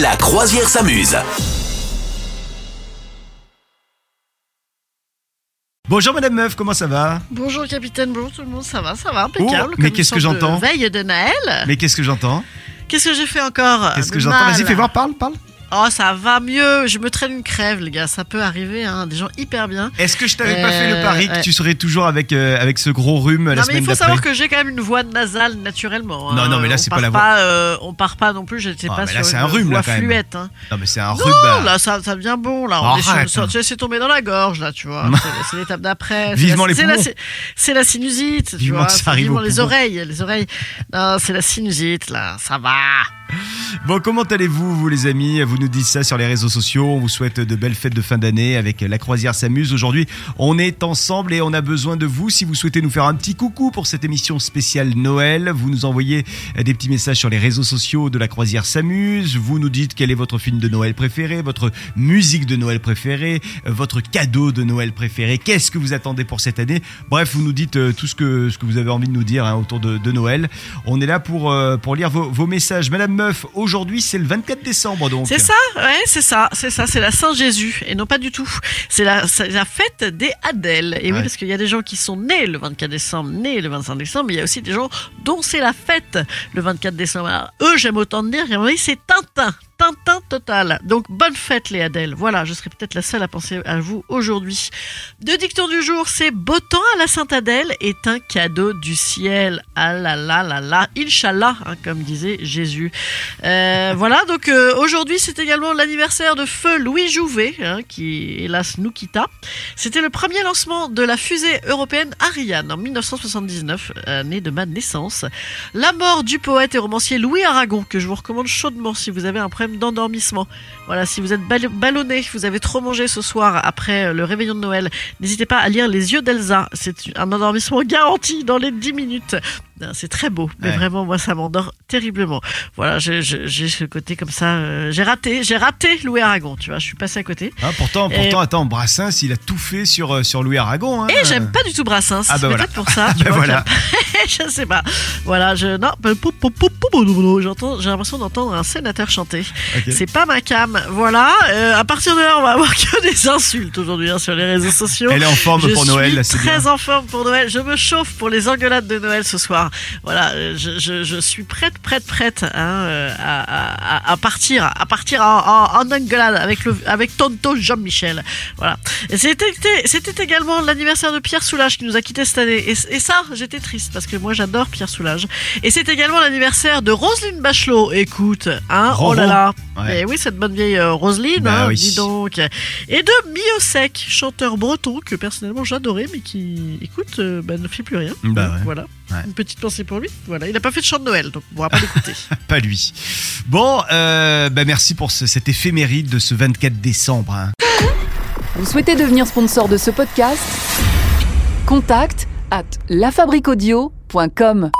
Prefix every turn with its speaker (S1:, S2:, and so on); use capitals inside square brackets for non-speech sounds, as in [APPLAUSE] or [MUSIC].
S1: La croisière s'amuse.
S2: Bonjour Madame Meuf, comment ça va
S3: Bonjour capitaine, bonjour tout le monde, ça va, ça va, impeccable.
S2: Oh,
S3: comme
S2: mais
S3: une
S2: qu'est-ce que
S3: sorte de
S2: j'entends
S3: Veille de Noël.
S2: Mais qu'est-ce que j'entends
S3: Qu'est-ce que j'ai fait encore
S2: Qu'est-ce que
S3: de
S2: j'entends
S3: mal
S2: Vas-y, fais voir, parle, parle.
S3: Oh, ça va mieux. Je me traîne une crève, les gars. Ça peut arriver, hein. Des gens hyper bien.
S2: Est-ce que je t'avais pas fait le
S3: Euh,
S2: pari que
S3: ouais.
S2: tu serais toujours avec, euh, avec ce gros rhume la
S3: non, mais il
S2: semaine
S3: faut
S2: d'après
S3: savoir que j'ai quand même une voix nasale naturellement.
S2: Non,
S3: hein.
S2: non, mais là,
S3: On
S2: c'est pas
S3: part
S2: la voix.
S3: euh, on part pas non plus. J'étais
S2: Ah,
S3: pas
S2: mais
S3: sur
S2: là, c'est
S3: une
S2: un rhume, là,
S3: voix
S2: quand même.
S3: fluette. hein.
S2: Non mais c'est un
S3: Non,
S2: rhume. bah.
S3: là, ça, ça devient bon. Là, on est sur-
S2: Arrête.
S3: sur- tu sais, c'est tombé dans la gorge, là, tu vois.
S2: [LAUGHS]
S3: C'est- C'est l'étape d'après. C'est
S2: Vivement
S3: la-
S2: les
S3: c'est la-
S2: poumons.
S3: c'est- C'est la sinusite, tu
S2: Vivement
S3: vois.
S2: que ça
S3: Faut
S2: arrive aux
S3: vivement les
S2: poumons.
S3: oreilles, les oreilles. Non, c'est la sinusite, là. Ça va.
S2: Bon, comment allez-vous, vous les amis Vous nous dites ça sur les réseaux sociaux. On vous souhaite de belles fêtes de fin d'année avec La Croisière s'amuse. Aujourd'hui, on est ensemble et on a besoin de vous. Si vous souhaitez nous faire un petit coucou pour cette émission spéciale Noël, vous nous envoyez euh, des petits messages sur les réseaux sociaux de La Croisière s'amuse. Vous nous dites quel est votre film de Noël préféré, votre musique de Noël préférée, euh, votre cadeau de Noël préféré. Qu'est-ce que vous attendez pour cette année Bref, vous nous dites euh, tout ce que, ce que vous avez envie de nous dire hein, autour de, de Noël. On est là pour, euh, pour lire vos, vos messages. Madame Meuf, aujourd'hui c'est le 24 décembre donc.
S3: C'est ça, ouais, c'est ça, c'est ça, c'est la Saint-Jésus, et non pas du tout. C'est la, c'est la fête des Adèles. Et
S2: Ouais.
S3: oui, parce qu'il y a des gens qui sont nés le 24 décembre, nés le 25 décembre, mais il y a aussi des gens dont c'est la fête le 24 décembre. Alors, eux, j'aime autant te dire, à mon avis, c'est Tintin. Tintin total. Donc, bonne fête, les Adèles. Voilà, je serai peut-être la seule à penser à vous aujourd'hui. Deux dictons du jour, c'est beau temps à la Sainte Adèle est un cadeau du ciel. Ah là là là là, Inch'Allah, hein, comme disait Jésus. Euh, voilà, donc euh, aujourd'hui c'est également l'anniversaire de feu Louis Jouvet, hein, qui hélas nous quitta. C'était le premier lancement de la fusée européenne Ariane en 1979, année euh, de ma naissance. La mort du poète et romancier Louis Aragon, que je vous recommande chaudement si vous avez un problème d'endormissement. Voilà, si vous êtes ball- ballonné, vous avez trop mangé ce soir après euh, le réveillon de Noël, n'hésitez pas à lire Les yeux d'Elsa. C'est un endormissement garanti dans les 10 minutes. Non, C'est très beau, mais
S2: Ouais.
S3: vraiment, moi, ça m'endort terriblement. Voilà, j'ai j'ai- j'ai ce côté comme ça. euh, j'ai raté, j'ai raté Louis Aragon, tu vois, je suis passé à côté.
S2: Hein, pourtant,
S3: Et-
S2: pourtant, attends, Brassens, il a tout fait sur, euh, sur Louis Aragon. hein.
S3: Et Eh, j'aime pas du tout Brassens.
S2: Ah bah
S3: peut-être
S2: voilà. [LAUGHS]
S3: pour ça.
S2: Ben voilà.
S3: [LAUGHS] je sais pas. Voilà, je non, pou- pou- pou- pou- pou- pou- pou- j'entends, j'ai l'impression d'entendre un sénateur chanter.
S2: Ok.
S3: C'est pas ma cam. Voilà. euh, à partir de là, on va avoir [LAUGHS] que des insultes aujourd'hui hein, sur les réseaux sociaux.
S2: Elle est en forme
S3: je
S2: pour
S3: suis
S2: Noël, là, c'est bien.
S3: très en forme pour Noël. Je me chauffe pour les engueulades de Noël ce soir. Voilà, euh, je, je, je suis prête, prête, prête hein, euh, à, à- à- à partir, à partir en, en- en engueulade avec le avec Tonto Jean-Michel. Voilà. Et C'était c'était également l'anniversaire de Pierre Soulages qui nous a quitté cette année. Et, et ça, j'étais triste parce que moi j'adore Pierre Soulages. Et c'est également l'anniversaire de Roselyne Bachelot. Écoute, hein, oh là
S2: Roro.
S3: là.
S2: Ouais.
S3: Eh oui, cette bonne vieille euh, Roselyne,
S2: Bah
S3: hein,
S2: oui.
S3: dis donc. Et de Miosec, chanteur breton que personnellement j'adorais, mais qui, écoute, euh, bah, ne fait plus rien.
S2: Bah ouais.
S3: Voilà.
S2: Ouais.
S3: Une petite pensée pour lui. Voilà. Il n'a pas fait de chant de Noël, donc on ne pourra pas [LAUGHS] l'écouter.
S2: Pas lui. Bon, euh, bah merci pour ce- cette éphéméride de ce 24 décembre. hein.
S4: Vous souhaitez devenir sponsor de ce podcast Contact à lafabriquaudio.com.